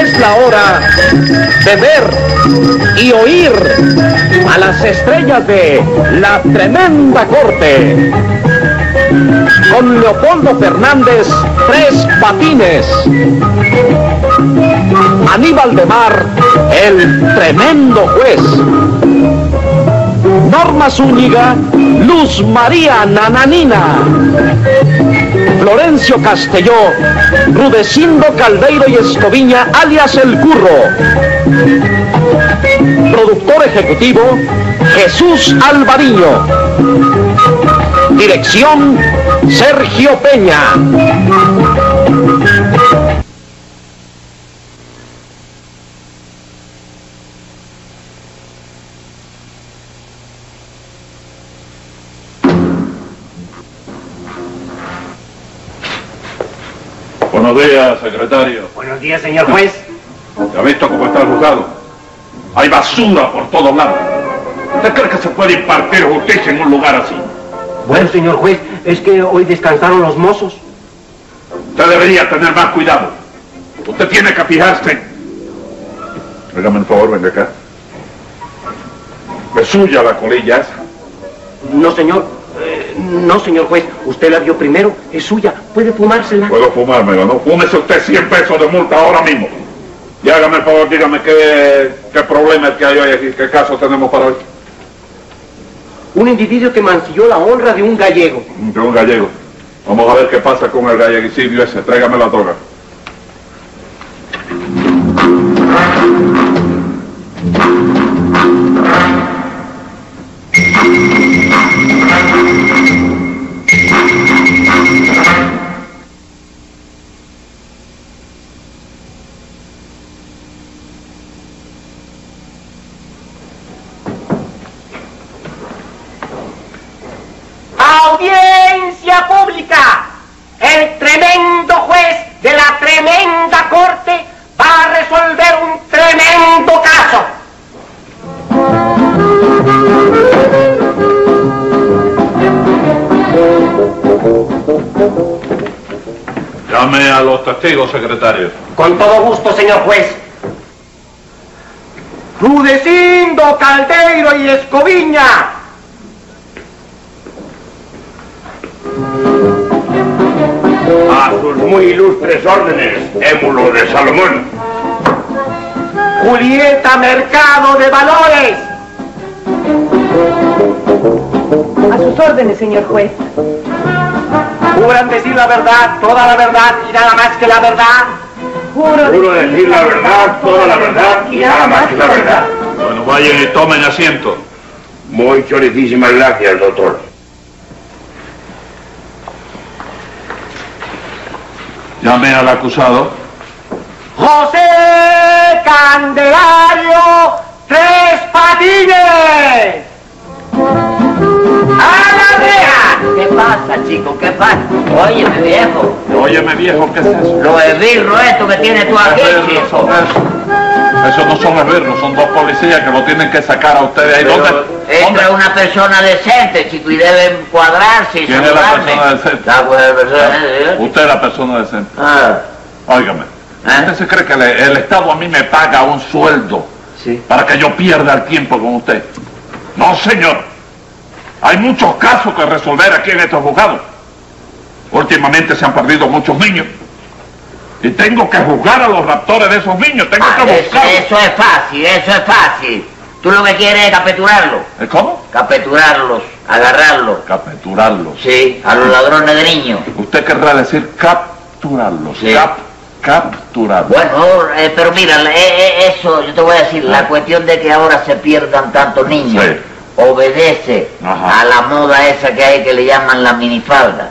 Es la hora de ver y oír a las estrellas de la tremenda corte. Con Leopoldo Fernández, tres patines. Aníbal de Mar, el tremendo juez. Norma Zúñiga, Luz María Nananina. Florencio Castelló, Rudecindo Caldeiro y Escoviña, alias El Curro. Productor ejecutivo, Jesús Alvariño. Dirección, Sergio Peña. Buenos días, secretario. Buenos días, señor juez. ¿Ya ha visto cómo está el juzgado? Hay basura por todos lados. ¿Usted cree que se puede impartir justicia en un lugar así? Bueno, señor juez, es que hoy descansaron los mozos. Usted debería tener más cuidado. Usted tiene que fijarse. Hágame un favor, venga acá. ¿Es suya la colilla esa? No, señor. Eh, no, señor juez. Usted la vio primero. Es suya. Puede fumársela. Puedo fumármela, ¿no? Fúmese usted 100 pesos de multa ahora mismo. Y hágame el favor, dígame qué, qué problema es que hay hoy aquí, qué caso tenemos para hoy. Un individuo que mancilló la honra de un gallego. De un gallego. Vamos a ver qué pasa con el galleguicidio ese. Tráigame la droga. Audiencia pública. El tremendo juez de la tremenda corte va a resolver un tremendo caso. Llame a los testigos, secretario. Con todo gusto, señor juez. Rudecindo, Caldeiro y Escoviña. A sus muy ilustres órdenes, émulo de Salomón. Julieta Mercado de Valores. A sus órdenes, señor juez. Juran decir la verdad, toda la verdad y nada más que la verdad. Juro, Juro decir la verdad, toda la verdad y nada más que la verdad. Bueno, vayan y tomen asiento. Muy choricísimas gracias, doctor. Llame al acusado. José Candelario Tres Patines. ¡A la Ah, ¿Qué pasa, chico? ¿Qué pasa? Óyeme, viejo. Óyeme, viejo, ¿qué es eso? Los esbirros estos que tienes tú aquí, Esbirros, chico. eso. Eso no son esbirros, son dos policías que lo tienen que sacar a ustedes ahí. ¿Dónde? Esto ¿Dónde? es una persona decente, chico, y deben cuadrarse y ¿Quién es la saludarme. persona decente? Ah, pues, la persona decente. Usted es la persona decente. Ah, Óigame. ¿eh? ¿Usted se cree que le- el Estado a mí me paga un sueldo Sí. para que yo pierda el tiempo con usted? No, señor. Hay muchos casos que resolver aquí en estos juzgados. Últimamente se han perdido muchos niños. Y tengo que juzgar a los raptores de esos niños. Tengo Ah, que es- buscarlos. eso es fácil, eso es fácil. Tú lo que quieres es capturarlos. ¿Eh, ¿Cómo? Capturarlos, agarrarlos. Capturarlos. Sí, a los ladrones de niños. Usted querrá decir capturarlos. Sí. Cap, capturarlos. Bueno, eh, pero mira, eh, eh, eso, yo te voy a decir, la cuestión de que ahora se pierdan tantos niños Ah. Sí. obedece Ajá. a la moda esa que hay que le llaman la minifalda.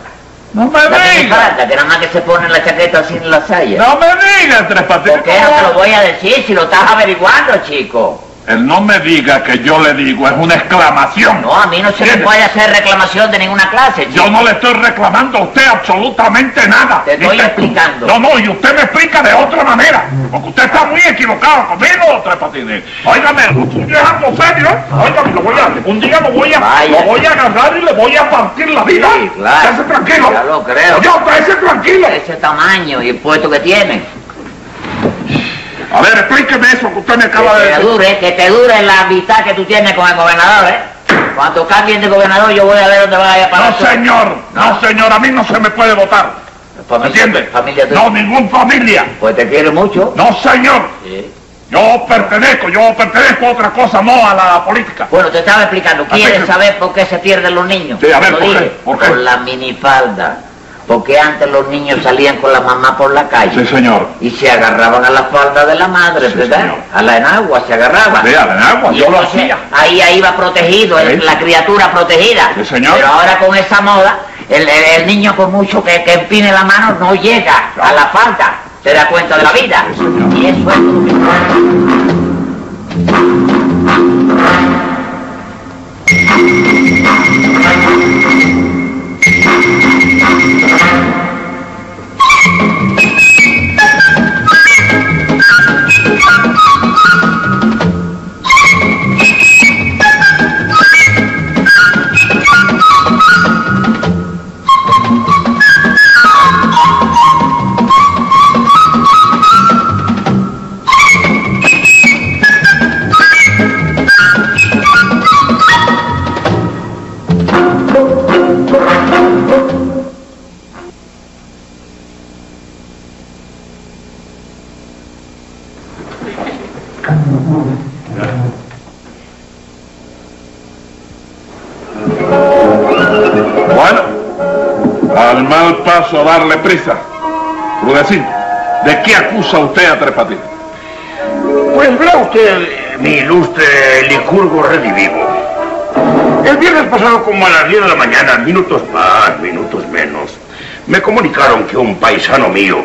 No me La diga. minifalda, que nada más que se pone la chaqueta sin la saya. No me diga, Tres Patines. ¿Por qué no te lo voy a decir si lo estás averiguando, chico? El no me diga que yo le digo es una exclamación. No, a mí no se me ¿Entiende? puede hacer reclamación de ninguna clase, chico. Yo no le estoy reclamando a usted absolutamente nada. Te Ni estoy explicando. No, no, y usted me explica de otra manera. Porque usted está muy equivocado conmigo, Tres Patines. Óigame, lo estoy dejando serio. ¿eh? Óigame, lo voy a, un día lo voy, a, Vaya. lo voy a agarrar y le voy a partir la vida. Sí, claro. Estése tranquilo. Ya lo creo. Yo, estése tranquilo. Ese tamaño y el puesto que tiene. A ver, explíqueme eso que usted me Que acaba de te decir. dure, que te dure la amistad que tú tienes con el gobernador, ¿eh? Cuando cambien de gobernador yo voy a ver dónde vaya a parar. No, tú. señor. eh, No, señor, a mí no se me puede votar. Familia- ¿Entiende? Familia tuya. No, ningún familia. Pues te quiero mucho. No, señor. Sí. Yo pertenezco, yo pertenezco a otra cosa, no a la política. Bueno, te estaba explicando. ¿Quieres Así que- saber por qué se pierden los niños? Sí, a ver, Lo ¿por qué? dije, ¿Por qué? Por la minifalda. Porque antes los niños salían con la mamá por la calle. Sí, señor. Y se agarraban a la falda de la madre, Sí, ¿verdad? señor. A la enagua se agarraba. Vea, en agua, Y yo lo entonces, hacía. Ahí, ahí va protegido, el- Sí. la criatura protegida. Sí, señor. Pero ahora con esa moda, el, el- el niño con mucho que, que empine la mano no llega a la falda. Se da cuenta de la vida. Sí, señor. Y eso es lo que- Bueno, al mal paso darle prisa. Rudecindo, ¿de qué acusa usted a Tres Patines? Pues vea usted, mi ilustre Licurgo redivivo. El viernes pasado, como a las 10 de la mañana, minutos más, minutos menos, me comunicaron que un paisano mío,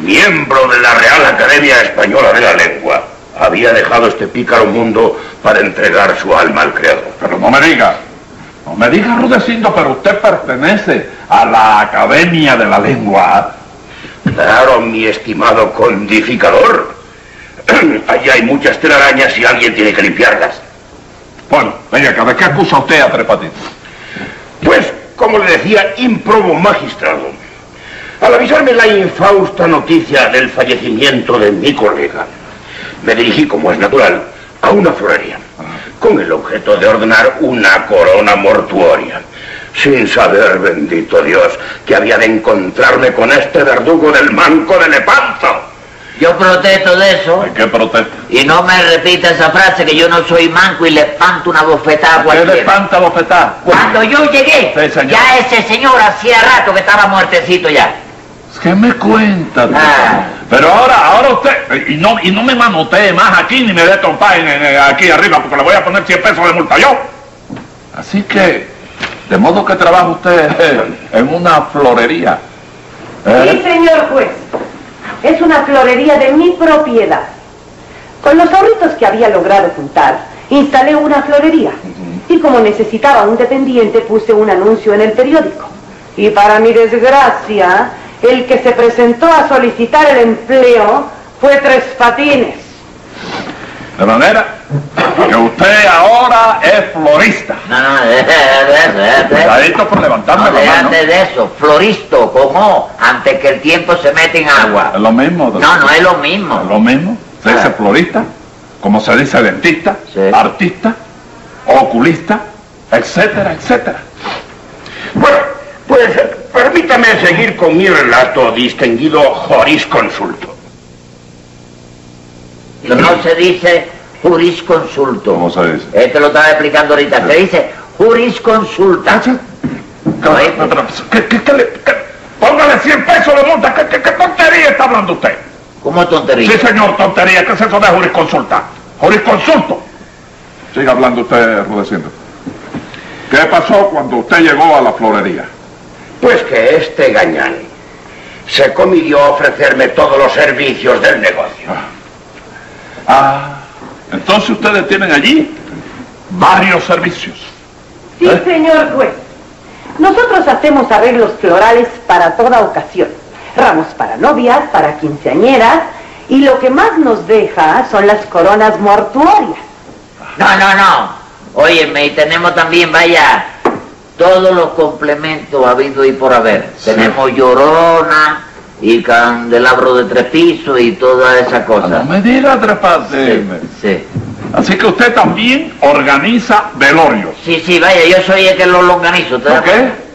miembro de la Real Academia Española de la Lengua, había dejado este pícaro mundo para entregar su alma al creador. Pero no me diga, no me diga Rudecindo, pero usted pertenece a la Academia de la Lengua. Claro, mi estimado codificador. Allí hay muchas telarañas y alguien tiene que limpiarlas. Bueno, venga acá, ¿de qué acusa usted a Tres Patines? Pues, como le decía, improbo magistrado. Al avisarme la infausta noticia del fallecimiento de mi colega, me dirigí, como es natural, a una florería, con el objeto de ordenar una corona mortuoria, sin saber, bendito Dios, que había de encontrarme con este verdugo del manco de Lepanto. Yo protesto de eso. ¿De qué protesta? Y no me repita esa frase que yo no soy manco y le espanto una bofetada ¿Qué a le cualquiera. espanta bofetada? Cuando yo llegué, Sí, señor. ya ese señor hacía rato que estaba muertecito ya. ¿Qué me cuenta? tío? Ah. Pero ahora, ahora usted, eh, y no, y no me manotee más aquí, ni me dé trompa en- en- en- aquí arriba, porque le voy a poner 100 pesos de multa yo. Así que, de modo que trabaja usted eh, en una florería. Sí, ¿eh? señor juez. Es una florería de mi propiedad. Con los ahorritos que había logrado juntar, instalé una florería. Y como necesitaba un dependiente, puse un anuncio en el periódico. Y para mi desgracia, el que se presentó a solicitar el empleo fue Tres Patines. De manera que usted ahora es florista. No, no, de eso, de eso, de eso. Cuidadito por No, levantarme la mano. déjate de eso. Floristo, como antes que el tiempo se mete en Es agua. lo mismo. No, no es lo Es mismo. lo mismo. Se dice Ah. florista, como se dice dentista, Sí. artista, oculista, etcétera, etcétera. Bueno, pues eh, permítame seguir con mi relato, distinguido jurisconsulto. No se dice jurisconsulto. ¿Cómo se dice? Eh, te lo estaba explicando ahorita. Se dice jurisconsulta. Cacha. No, eh. Pero, pero, ¿Qué, qué- qué le- qué- Póngale 100 pesos de multa. ¿Qué, qué, qué tontería está hablando usted? ¿Cómo tontería? Sí, señor, tontería. ¿Qué es eso de jurisconsulta? Jurisconsulto. Siga hablando usted, Rudecindo. ¿Qué pasó cuando usted llegó a la florería? Pues que este gañán se comedió a ofrecerme todos los servicios del negocio. Ah, Entonces ustedes tienen allí varios servicios. Sí, ¿Eh? señor juez. Nosotros hacemos arreglos florales para toda ocasión. Ramos para novias, para quinceañeras. Y lo que más nos deja son las coronas mortuorias. No, no, no. Óyeme, y tenemos también, vaya, todos los complementos habidos y por haber. Tenemos llorona y candelabro de tres pisos y toda esa Ah, cosa. No me diga, Tres Patines. Sí. Así que usted también organiza velorios. sí, sí, vaya, yo soy el que lo organizo. ¿Por qué?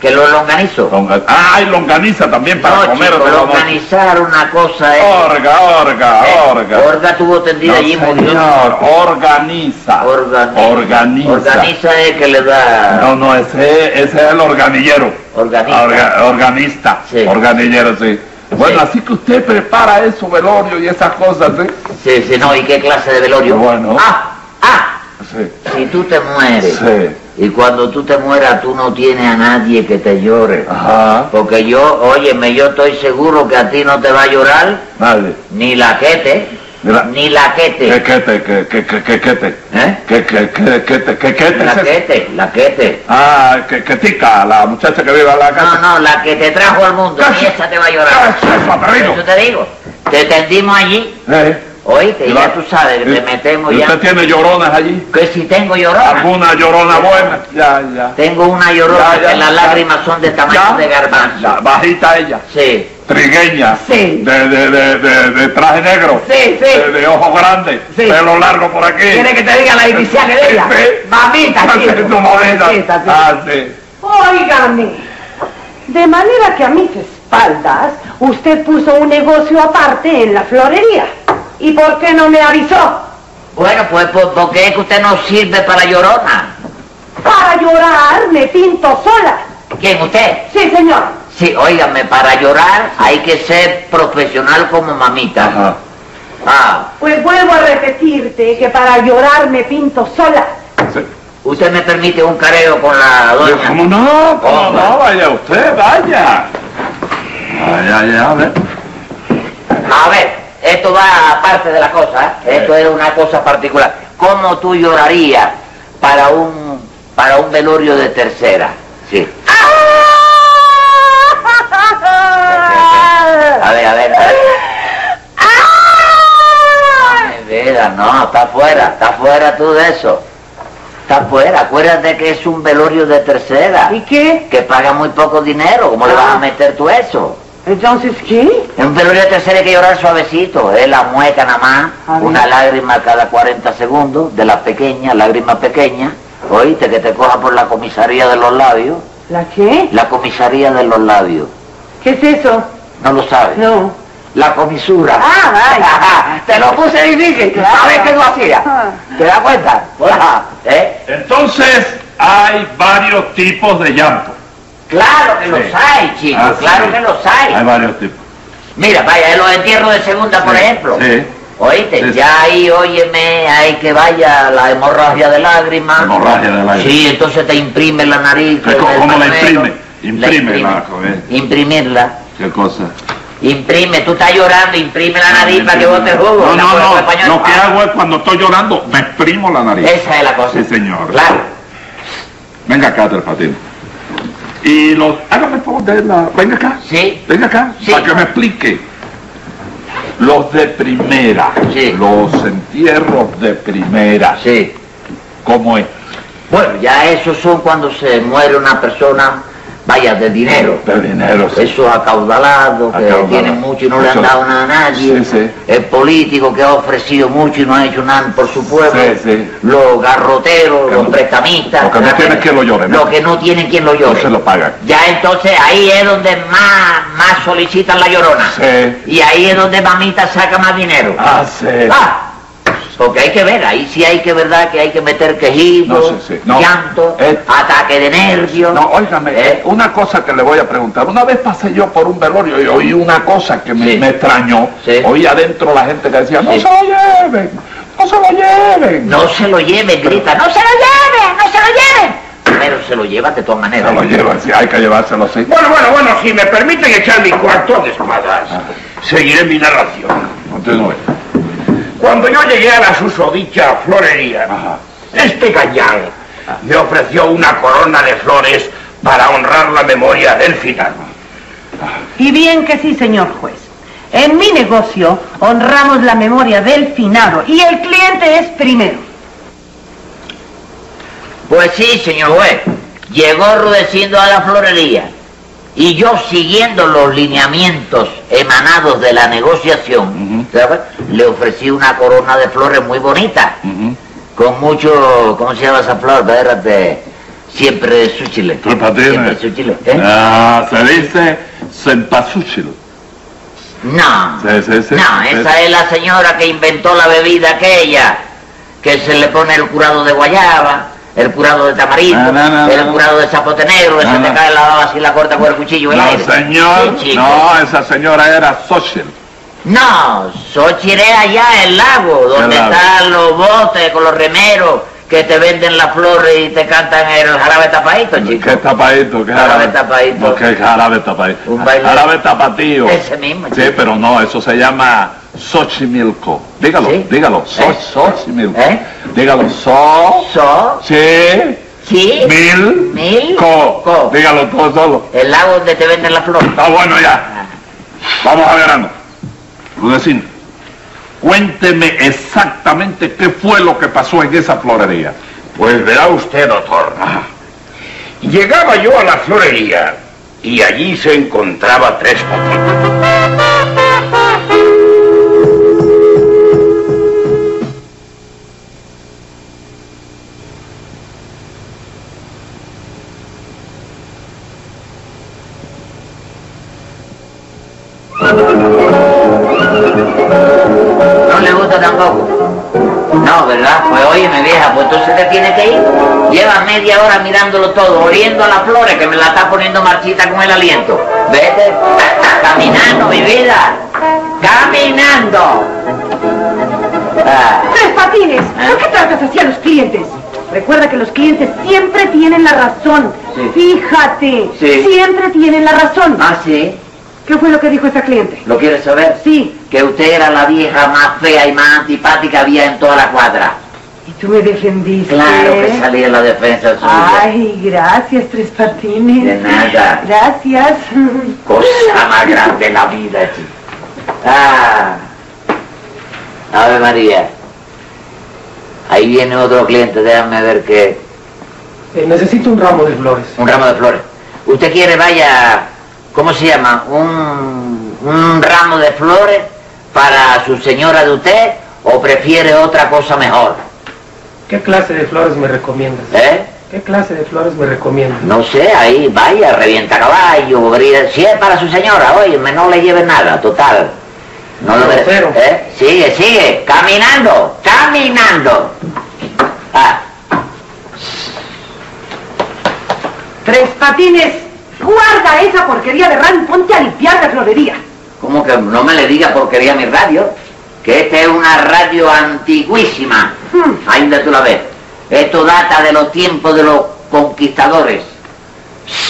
Que lo organizo. Longa- Ah, y longaniza también para No, comer. chico, toda la noche. organizar una cosa es... Orga, orga, orga. Orga tuvo tendida No, Eh, allí, murió. señor, organiza. Organiza. Organiza. Organiza es que le da... No, no, ese, ese es el organillero. Organista. Orga- organista. Sí. Organillero, sí. Bueno, así que usted prepara eso, velorio y esas cosas, ¿sí? Sí, sí, no, ¿y qué clase de velorio? Bueno. Ah, ah, Sí. si tú te mueres Sí. y cuando tú te mueras tú no tienes a nadie que te llore. Ah. Ajá. Porque yo, óyeme, yo estoy seguro que a ti no te va a llorar Dale. ni la quete, Mira. ni la Que, quete. que te, que, que, que, que, que te. ¿Eh? Que, que, que, que te, que, que te. La quete, la quete. Ah, que, que tica, la muchacha que vive a la No, casa. no, la que te trajo al mundo, Casi. y esa te va a Ah, llorar. eso es atrevido. Eso te digo. Te tendimos allí, Eh. oíste, y La- ya tú sabes, que te ¿Y- metemos y ya. eh, Ah. ¿Usted tiene lloronas allí? Que si tengo llorona, ¿Alguna llorona buena? Ya, ya. tengo una llorona Ya, ya, que las ya. lágrimas son de tamaño Ya. de garbanzo. Ya, bajita ella. Sí. Trigueña. Sí. De, de, de, de, de traje negro. Sí, sí. De, de ojos grandes. Sí. Pelo largo por aquí. ¿Quiere que te diga las iniciales de este? ella? Sí. Mamita, chico. Tu mamita. Sí, está, sí. Ah, sí. Óigame. De manera que a mis espaldas usted puso un negocio aparte en la florería. ¿Y por qué no me avisó? Bueno, pues po- porque es que usted no sirve para llorona. Para llorar me pinto sola. ¿Quién usted? Sí, señor. Sí, óigame, para llorar hay que ser profesional como mamita. Ajá. Ah, Pues vuelvo a repetirte que para llorar me pinto sola. Sí. ¿usted me permite un careo con la Pero doña? ¿Cómo no? ¿Cómo Hombre. no? Vaya usted, vaya. Vaya, ya, a ver. A ver, esto va aparte de la cosa, ¿eh? esto es una cosa particular. ¿Cómo tú llorarías para un, para un velorio de tercera? Sí. A ver, a ver, a ver. Ah. Ay, Mira, no, está fuera, está fuera tú de eso. Está fuera, acuérdate que es un velorio de tercera, ¿Y qué? Ah. que paga muy poco dinero, ¿cómo le vas a meter tú eso? Entonces, ¿qué? En un velorio de tercera hay que llorar suavecito, es la mueca nada A más, ver. una lágrima cada 40 segundos, de la pequeña, lágrima pequeña, oíste, que te coja por la comisaría de los labios, ¿La qué? la comisaría de los labios, ¿Qué es eso? no lo sabes. No. La comisura. Ah, vaya. Te lo puse difícil. Claro. ¿Sabes que lo Ah. hacía? ¿Te das cuenta? Ajá, ¿Eh? Entonces, hay varios tipos de llanto. Claro que los Sí. hay, chicos. Ah, sí. claro que los hay. Hay varios tipos. Mira, vaya, en los entierros de segunda, por Sí, ejemplo. sí. Oíste, Sí, sí. ya ahí, óyeme, hay que vaya la hemorragia de lágrimas. Hemorragia de lágrimas. Ah. Sí, entonces te imprime la nariz. Pero el ¿cómo- cómo la pañuelo. imprime? Imprime la joven. Imprimirla. ¿Qué cosa? Imprime, tú estás llorando, imprime la nariz para que vos te jugo. Ah, No, La no, jugo no. de pañuelo. Lo que hago es cuando estoy llorando, me exprimo la nariz. Esa es la cosa. Sí, señor. Claro. Venga acá, Tres Patines. Y los... Hágame el favor de la... Venga acá. Sí. Venga acá, Sí. para que me explique. Los de primera. Sí. Los entierros de primera. Sí. ¿Cómo es? Bueno, ya esos son cuando se muere una persona, vaya, de dinero. De dinero, sí. Esos acaudalados que Acaudalados. tienen mucho y no le han Mucho. dado nada a nadie. Sí, sí. El político que ha ofrecido mucho y no ha hecho nada por su pueblo. Sí, sí. Los garroteros, Que los no- prestamistas. lo que no ¿sabes? tienen quien lo llore, ¿no? Lo que no tienen quien lo llore. No se lo pagan. Ya entonces ahí es donde más, más solicitan la llorona. Sí. Y ahí es donde mamita saca más dinero. Ah, sí. Ah, porque hay que ver, ahí sí hay que verdad que hay que meter quejidos, No, sí, sí, no. llanto, Eh. ataque de nervios. No, óigame, ¿Eh? una cosa que le voy a preguntar. Una vez pasé yo por un velorio y oí una cosa que me, Sí. me extrañó. Sí. Oí adentro la gente que decía, no Sí. se lo lleven, no se lo lleven. No se lo lleven, grita, no se lo lleven, no se lo lleven. Pero se lo lleva de todas maneras. Se lo llevan, sí, hay que llevárselo así. Bueno, bueno, bueno, si me permiten echar mi cuarto de espadas, seguiré mi narración. Continúe. Cuando yo llegué a la susodicha florería, este gañán me ofreció una corona de flores para honrar la memoria del gitano. Y bien que sí, señor juez. En mi negocio honramos la memoria del finado y el cliente es primero. Pues sí, señor juez. Llegó rudeciendo a la florería y yo siguiendo los lineamientos emanados de la negociación, ¿sabe? le ofrecí una corona de flores muy bonita, con mucho, ¿cómo se llama esa flor? Espérate, siempre su chile. Siempre su chile. ¿eh? Ah, se dice cempasúchil. No, Sí, sí, sí. no, Sí. esa es la señora que inventó la bebida aquella, que se le pone el curado de guayaba, el curado de No, tamarindo, no, no, el no. curado de zapote negro, esa No, te no. cae la baba así la corta con el cuchillo en el No, aire. señor. Sí, chico. No, esa señora era social. No, Xochiré allá en el lago, donde El lago. están los botes con los remeros que te venden las flores y te cantan el jarabe tapadito, chico. ¿Qué tapadito? ¿Qué Jarabe tapadito. No, ¿Qué jarabe tapadito? Un baile. Jarabe tapatío. Ese mismo, oh. Sí, chico. pero no, eso se llama Xochimilco. Dígalo, Sí. dígalo. So- ¿Eh? Xochimilco. ¿Eh? Dígalo. So. So, Sí. sí, Mil. Mil. Co. Co. Dígalo todo solo. el lago donde te venden las flores. Está bueno ya. Vamos a ver, Ando. Rudecindo, cuénteme exactamente qué fue lo que pasó en esa florería. Pues verá usted, doctor. Llegaba yo a la florería y allí se encontraba tres paquetes. No le gusta tampoco. No, ¿verdad? Pues óyeme, vieja, pues tú se te tiene que ir. Lleva media hora mirándolo todo, oliendo a las flores que me la está poniendo marchita con el aliento. Vete, caminando, mi vida. Caminando. Ah, ¡Tres patines! ¿Por qué tratas así a los clientes? Recuerda que los clientes siempre tienen la razón. Sí. Fíjate, Sí. siempre tienen la razón. ah, sí, ¿Qué fue lo que dijo esa cliente? ¿lo quieres saber? Sí. Que usted era la vieja más fea y más antipática que había en toda la cuadra. Y tú me defendiste. Claro que salí en la defensa suya. Ay, gracias, Tres Patines. De nada. Gracias. Cosa más grande la vida, chico. Ah. Ave María. Ahí viene otro cliente, déjame ver qué. Eh, necesito un ramo de flores. Un ramo de flores. Usted quiere, vaya, ¿cómo se llama? Un, un ramo de flores para su señora de usted o prefiere otra cosa mejor. ¿Qué clase de flores me recomiendas? ¿Eh? ¿Qué clase de flores me recomiendas? No sé, ahí vaya, revienta caballo, brida- Si es para su señora, oye, no le lleve nada, total. No lo merece. Grosero. ¿eh? Sigue, sigue, caminando, caminando. Ah, Tres Patines, guarda esa porquería de ran, ponte a limpiar la florería. ¿cómo que no me le diga porquería a mi radio? Que esta es una radio antiguísima. Hmm. Ahí donde tú la ves. Esto data de los tiempos de los conquistadores.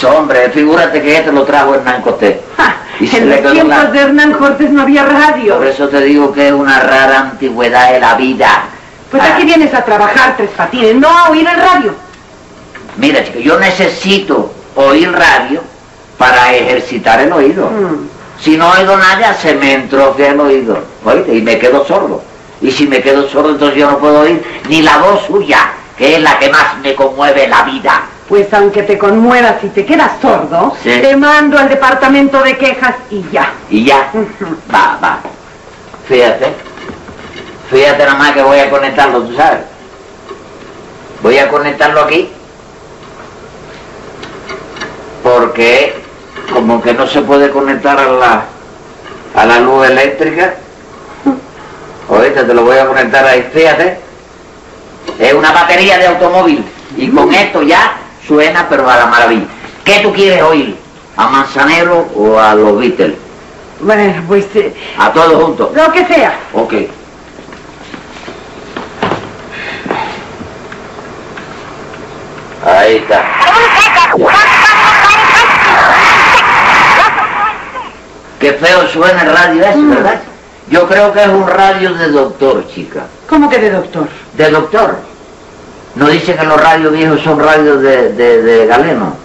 Hombre, figúrate que esto lo trajo Hernán Cortés. Ja, Y se en le quedó los tiempos la- de Hernán Cortés no había radio. Por eso te digo que es una rara antigüedad de la vida. Pues Ah, aquí vienes a trabajar, Tres Patines, no a oír el radio. Mira, chico, yo necesito oír radio para ejercitar el oído. Mm. Si no oigo nada, se me entrofia el oído. ¿oíste? Y me quedo sordo. Y si me quedo sordo, entonces yo no puedo oír ni la voz suya, que es la que más me conmueve la vida. Pues aunque te conmuevas y te quedas sordo, Sí. te mando al departamento de quejas y ya. Y ya, Ujú. va, va. Fíjate. Fíjate nada más que voy a conectarlo, tú sabes. Voy a conectarlo aquí. Porque como que no se puede conectar a la, a la luz eléctrica. Ahorita te lo voy a conectar ahí, fíjate. Es una batería de automóvil. Y con esto ya suena, pero a la maravilla. ¿Qué tú quieres oír? ¿A Manzanero o a los Beatles? Bueno, pues eh, A todos juntos. lo que sea. Ok. Ahí está. Qué feo suena el radio ese, ¿verdad? Yo creo que es un radio de doctor, chica. ¿Cómo que de doctor? De doctor. No dice que los radios viejos son radios de, de, de galeno.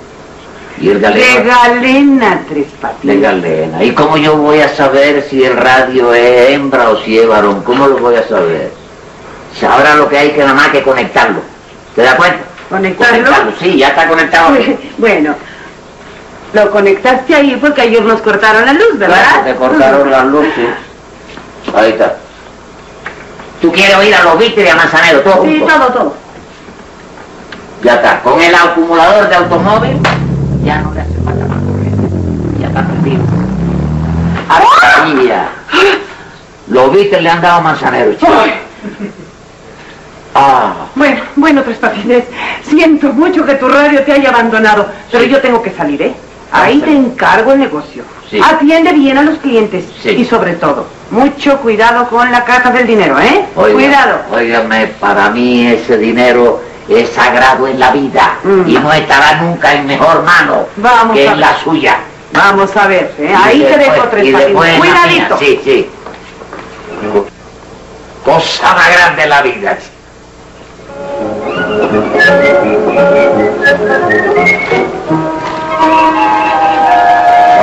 Y el De galeno. galena, tres De patines. galena. ¿Y cómo yo voy a saber si el radio es hembra o si es varón? ¿Cómo lo voy a saber? Sabrá lo que hay que nada más que conectarlo. ¿Te das cuenta? ¿Conectarlo? Sí, ya está conectado. bueno, lo conectaste ahí porque ayer nos cortaron la luz, ¿verdad? Claro, Te cortaron las luces. Ahí está. Tú quieres oír a los Víctor y a Manzanero, todo Sí, junto. todo, todo. Ya está. Con el acumulador de automóvil, ya no le hace falta más corriente. Ya está perdido. ¡Ah! Hasta ahí ya. Los Víctor le han dado a Manzanero, chico. Ah, Bueno, bueno, Tres Patines, siento mucho que tu radio te haya abandonado, pero yo tengo que salir, ¿eh? Ahí Ah, te sí. encargo el negocio. Sí. Atiende bien a los clientes Sí. y sobre todo, mucho cuidado con la caja del dinero, ¿eh? oiga, Cuidado. Óigame, para mí ese dinero es sagrado en la vida Mm. y no estará nunca en mejor mano Vamos que a en la ver. suya. Vamos a ver, ¿eh? Y ahí te después- dejo y Tres después Patines. en la mía, Cuidadito. Sí, sí. Cosa más grande en la vida. ¡Van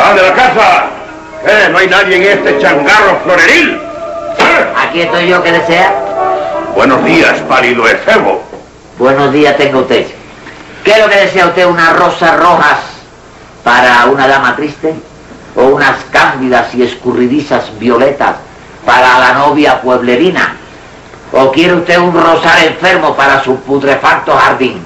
Ah, de la casa! ¿Qué? ¿No hay nadie en este changarro floreril? ¿Eh? Aquí estoy yo que desea. Buenos días, pálido efebo. Buenos días tenga usted. ¿Qué es lo que desea usted? ¿Unas rosas rojas para una dama triste? ¿O unas cándidas y escurridizas violetas para la novia pueblerina? ¿O quiere usted un rosal enfermo para su putrefacto jardín?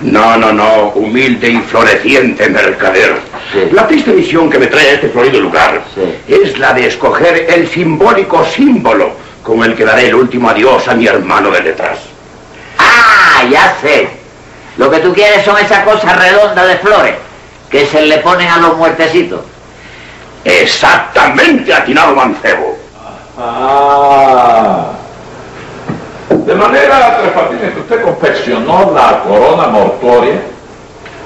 No, no, no, humilde y floreciente mercader. Sí. La triste visión que me trae a este florido lugar Sí. es la de escoger el simbólico símbolo con el que daré el último adiós a mi hermano de letras. Ah, ya sé. Lo que tú quieres son esas cosas redondas de flores que se le ponen a los muertecitos. Exactamente atinado mancebo. Ah. De manera, Tres Patines, que usted confeccionó la corona mortuoria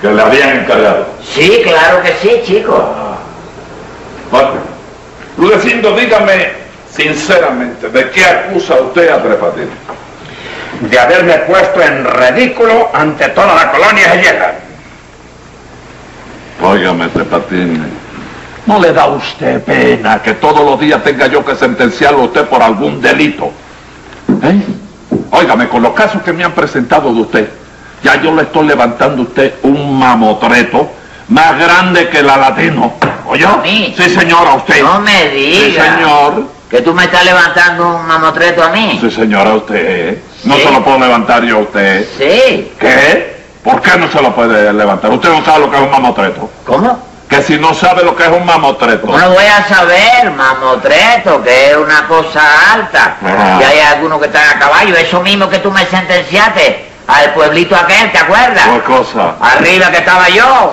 que le habían encargado. Sí, claro que sí, chico. Bueno, Rudecindo, dígame sinceramente, ¿de qué acusa usted a Tres Patines? De haberme puesto en ridículo ante toda la colonia gallega. Óigame, Tres Patines. ¿No le da a usted pena que todos los días tenga yo que sentenciarlo a usted por algún delito? ¿Eh? Óigame, con los casos que me han presentado de usted, ya yo le estoy levantando a usted un mamotreto más grande que la latino. ¿Oye? ¿A mí? Sí, señora, a usted. No me sí, digas. señor. Que tú me estás levantando un mamotreto a mí. Sí, señora, a usted. No Sí. se lo puedo levantar yo a usted. Sí. ¿Qué? ¿Por qué no se lo puede levantar? Usted no sabe lo que es un mamotreto. ¿Cómo? Que si no sabe lo que es un mamotreto. ¿Cómo Pues no voy a saber, mamotreto, que es una cosa alta? Ajá. Y hay algunos que están a caballo, eso mismo que tú me sentenciaste al pueblito aquel, ¿te acuerdas? ¿Qué pues cosa? Arriba que estaba yo.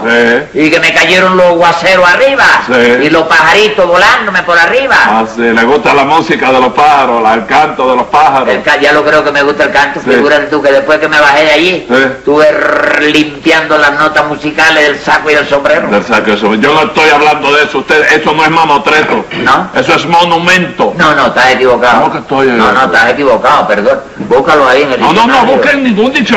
Sí. Y que me cayeron los guaceros arriba. Sí. Y los pajaritos volándome por arriba. Ah, sí, le gusta la música de los pájaros, la- el canto de los pájaros. El ca- ya lo creo que me gusta el canto, Sí. figúrate tú que después que me bajé de allí, Sí. estuve rrr- limpiando las notas musicales del saco y del sombrero. Del saco de su- Yo no estoy hablando de eso, usted, eso no es mamotreto. ¿No? Eso es monumento. No, no, estás equivocado. ¿Cómo que estoy, eh? No, no, estás equivocado, perdón. Búscalo ahí en el No, no, no, diccionario. busquen ningún diccionario.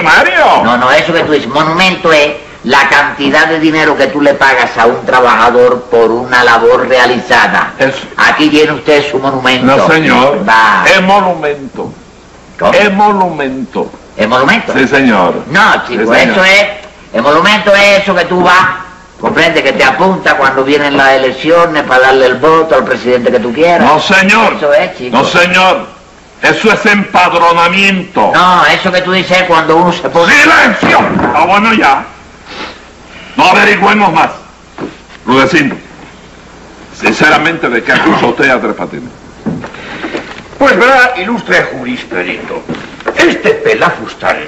No, no, eso que tú dices, monumento es la cantidad de dinero que tú le pagas a un trabajador por una labor realizada. Eso. Aquí tiene usted su monumento. No, señor. Va. Es monumento. ¿Cómo? Es monumento. ¿Es monumento? Sí, señor. No, chico, Sí, señor. eso es, el monumento es eso que tú vas, comprende, que te apunta cuando vienen las elecciones para darle el voto al presidente que tú quieras. No, señor. Eso es, chico. No, señor. Eso es empadronamiento. No, eso que tú dices es cuando uno se pone... ¡Silencio! Ah, bueno, ya. No averigüemos más. Rudecindo, sinceramente, ¿de qué acusa usted a Tres Patines? Pues verá, ilustre jurispedito, este pelafustán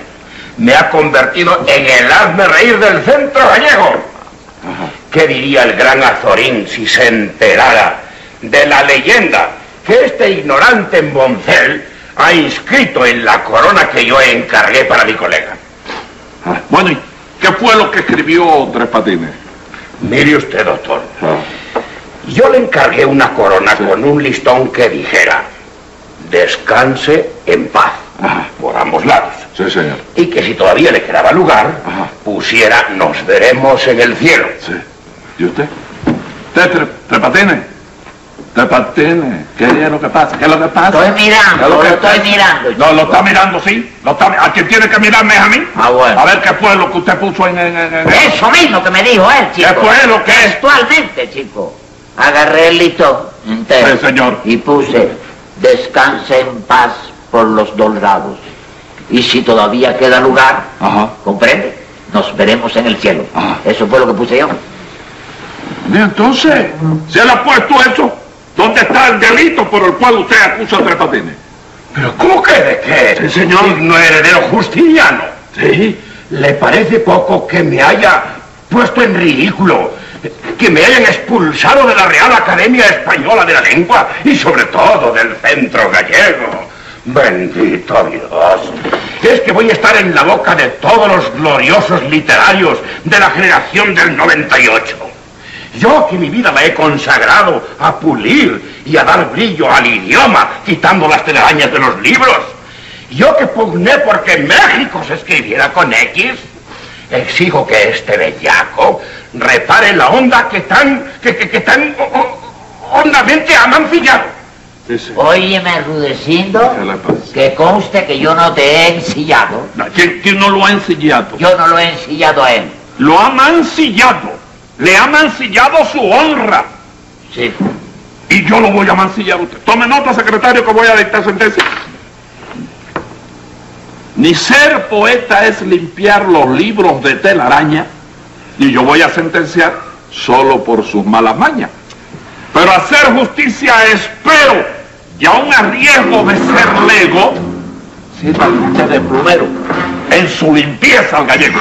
me ha convertido en el hazme reír del centro gallego. ¿Qué diría el gran Azorín si se enterara de la leyenda que este ignorante Boncel ha inscrito en la corona que yo encargué para mi colega? Ah, Bueno, ¿y qué fue lo que escribió Tres Patines? Ah. Mire usted, doctor, Yo le encargué una corona con un listón que dijera, descanse en paz, Ajá. por ambos lados. Sí, señor. Y que si todavía le quedaba lugar, Ajá. pusiera, nos veremos en el cielo. Sí. ¿Y usted? ¿Usted tre, trepatine? Trepatine. ¿Qué es lo que pasa? ¿Qué es lo que pasa? Estoy mirando, ¿Qué lo es que- estoy mirando. No, lo está mirando, sí. Lo está, a quien tiene que mirarme es a mí. Ah, bueno. A ver qué fue lo que usted puso en... en- en- en- Eso mismo que me dijo él, ¿Qué chico. fue lo que es? Textualmente, chico. Agarré el listón entero. Sí, señor. Y puse, descanse en paz por los dos lados. Y si todavía queda lugar, Ajá. ¿comprende? Nos veremos en el cielo. Ah. Eso fue lo que puse yo. Y entonces, si él ha puesto eso, ¿dónde está el delito por el cual usted acusa a Tres Patines? ¿Pero cómo que de qué? Sí, señor. Digno heredero justiniano. Sí. ¿Le parece poco que me haya puesto en ridículo? Que me hayan expulsado de la Real Academia Española de la Lengua y sobre todo del centro gallego. Bendito Dios. Es que voy a estar en la boca de todos los gloriosos literarios de la generación del 98. Yo que mi vida la he consagrado a pulir y a dar brillo al idioma, quitando las telarañas de los libros. Yo que pugné porque México se escribiera con X. Exijo que este bellaco repare la onda que tan, que, que- que tan o- o- hondamente ha mancillado. Sí, sí. Óyeme, Rudecindo, ¿Qué le pasa? que conste que yo no te he ensillado. No, ¿Quién, quién no lo ha ensillado? Yo no lo he ensillado a él. Lo ha mancillado. Le ha mancillado su honra. Sí. Y yo lo voy a mancillar a usted. Tome nota, secretario, que voy a dictar sentencia. Ni ser poeta es limpiar los libros de telaraña, ni yo voy a sentenciar solo por sus malas mañas. Pero hacer justicia espero, y aún a riesgo de ser lego, sirva usted de plumero en su limpieza al gallego.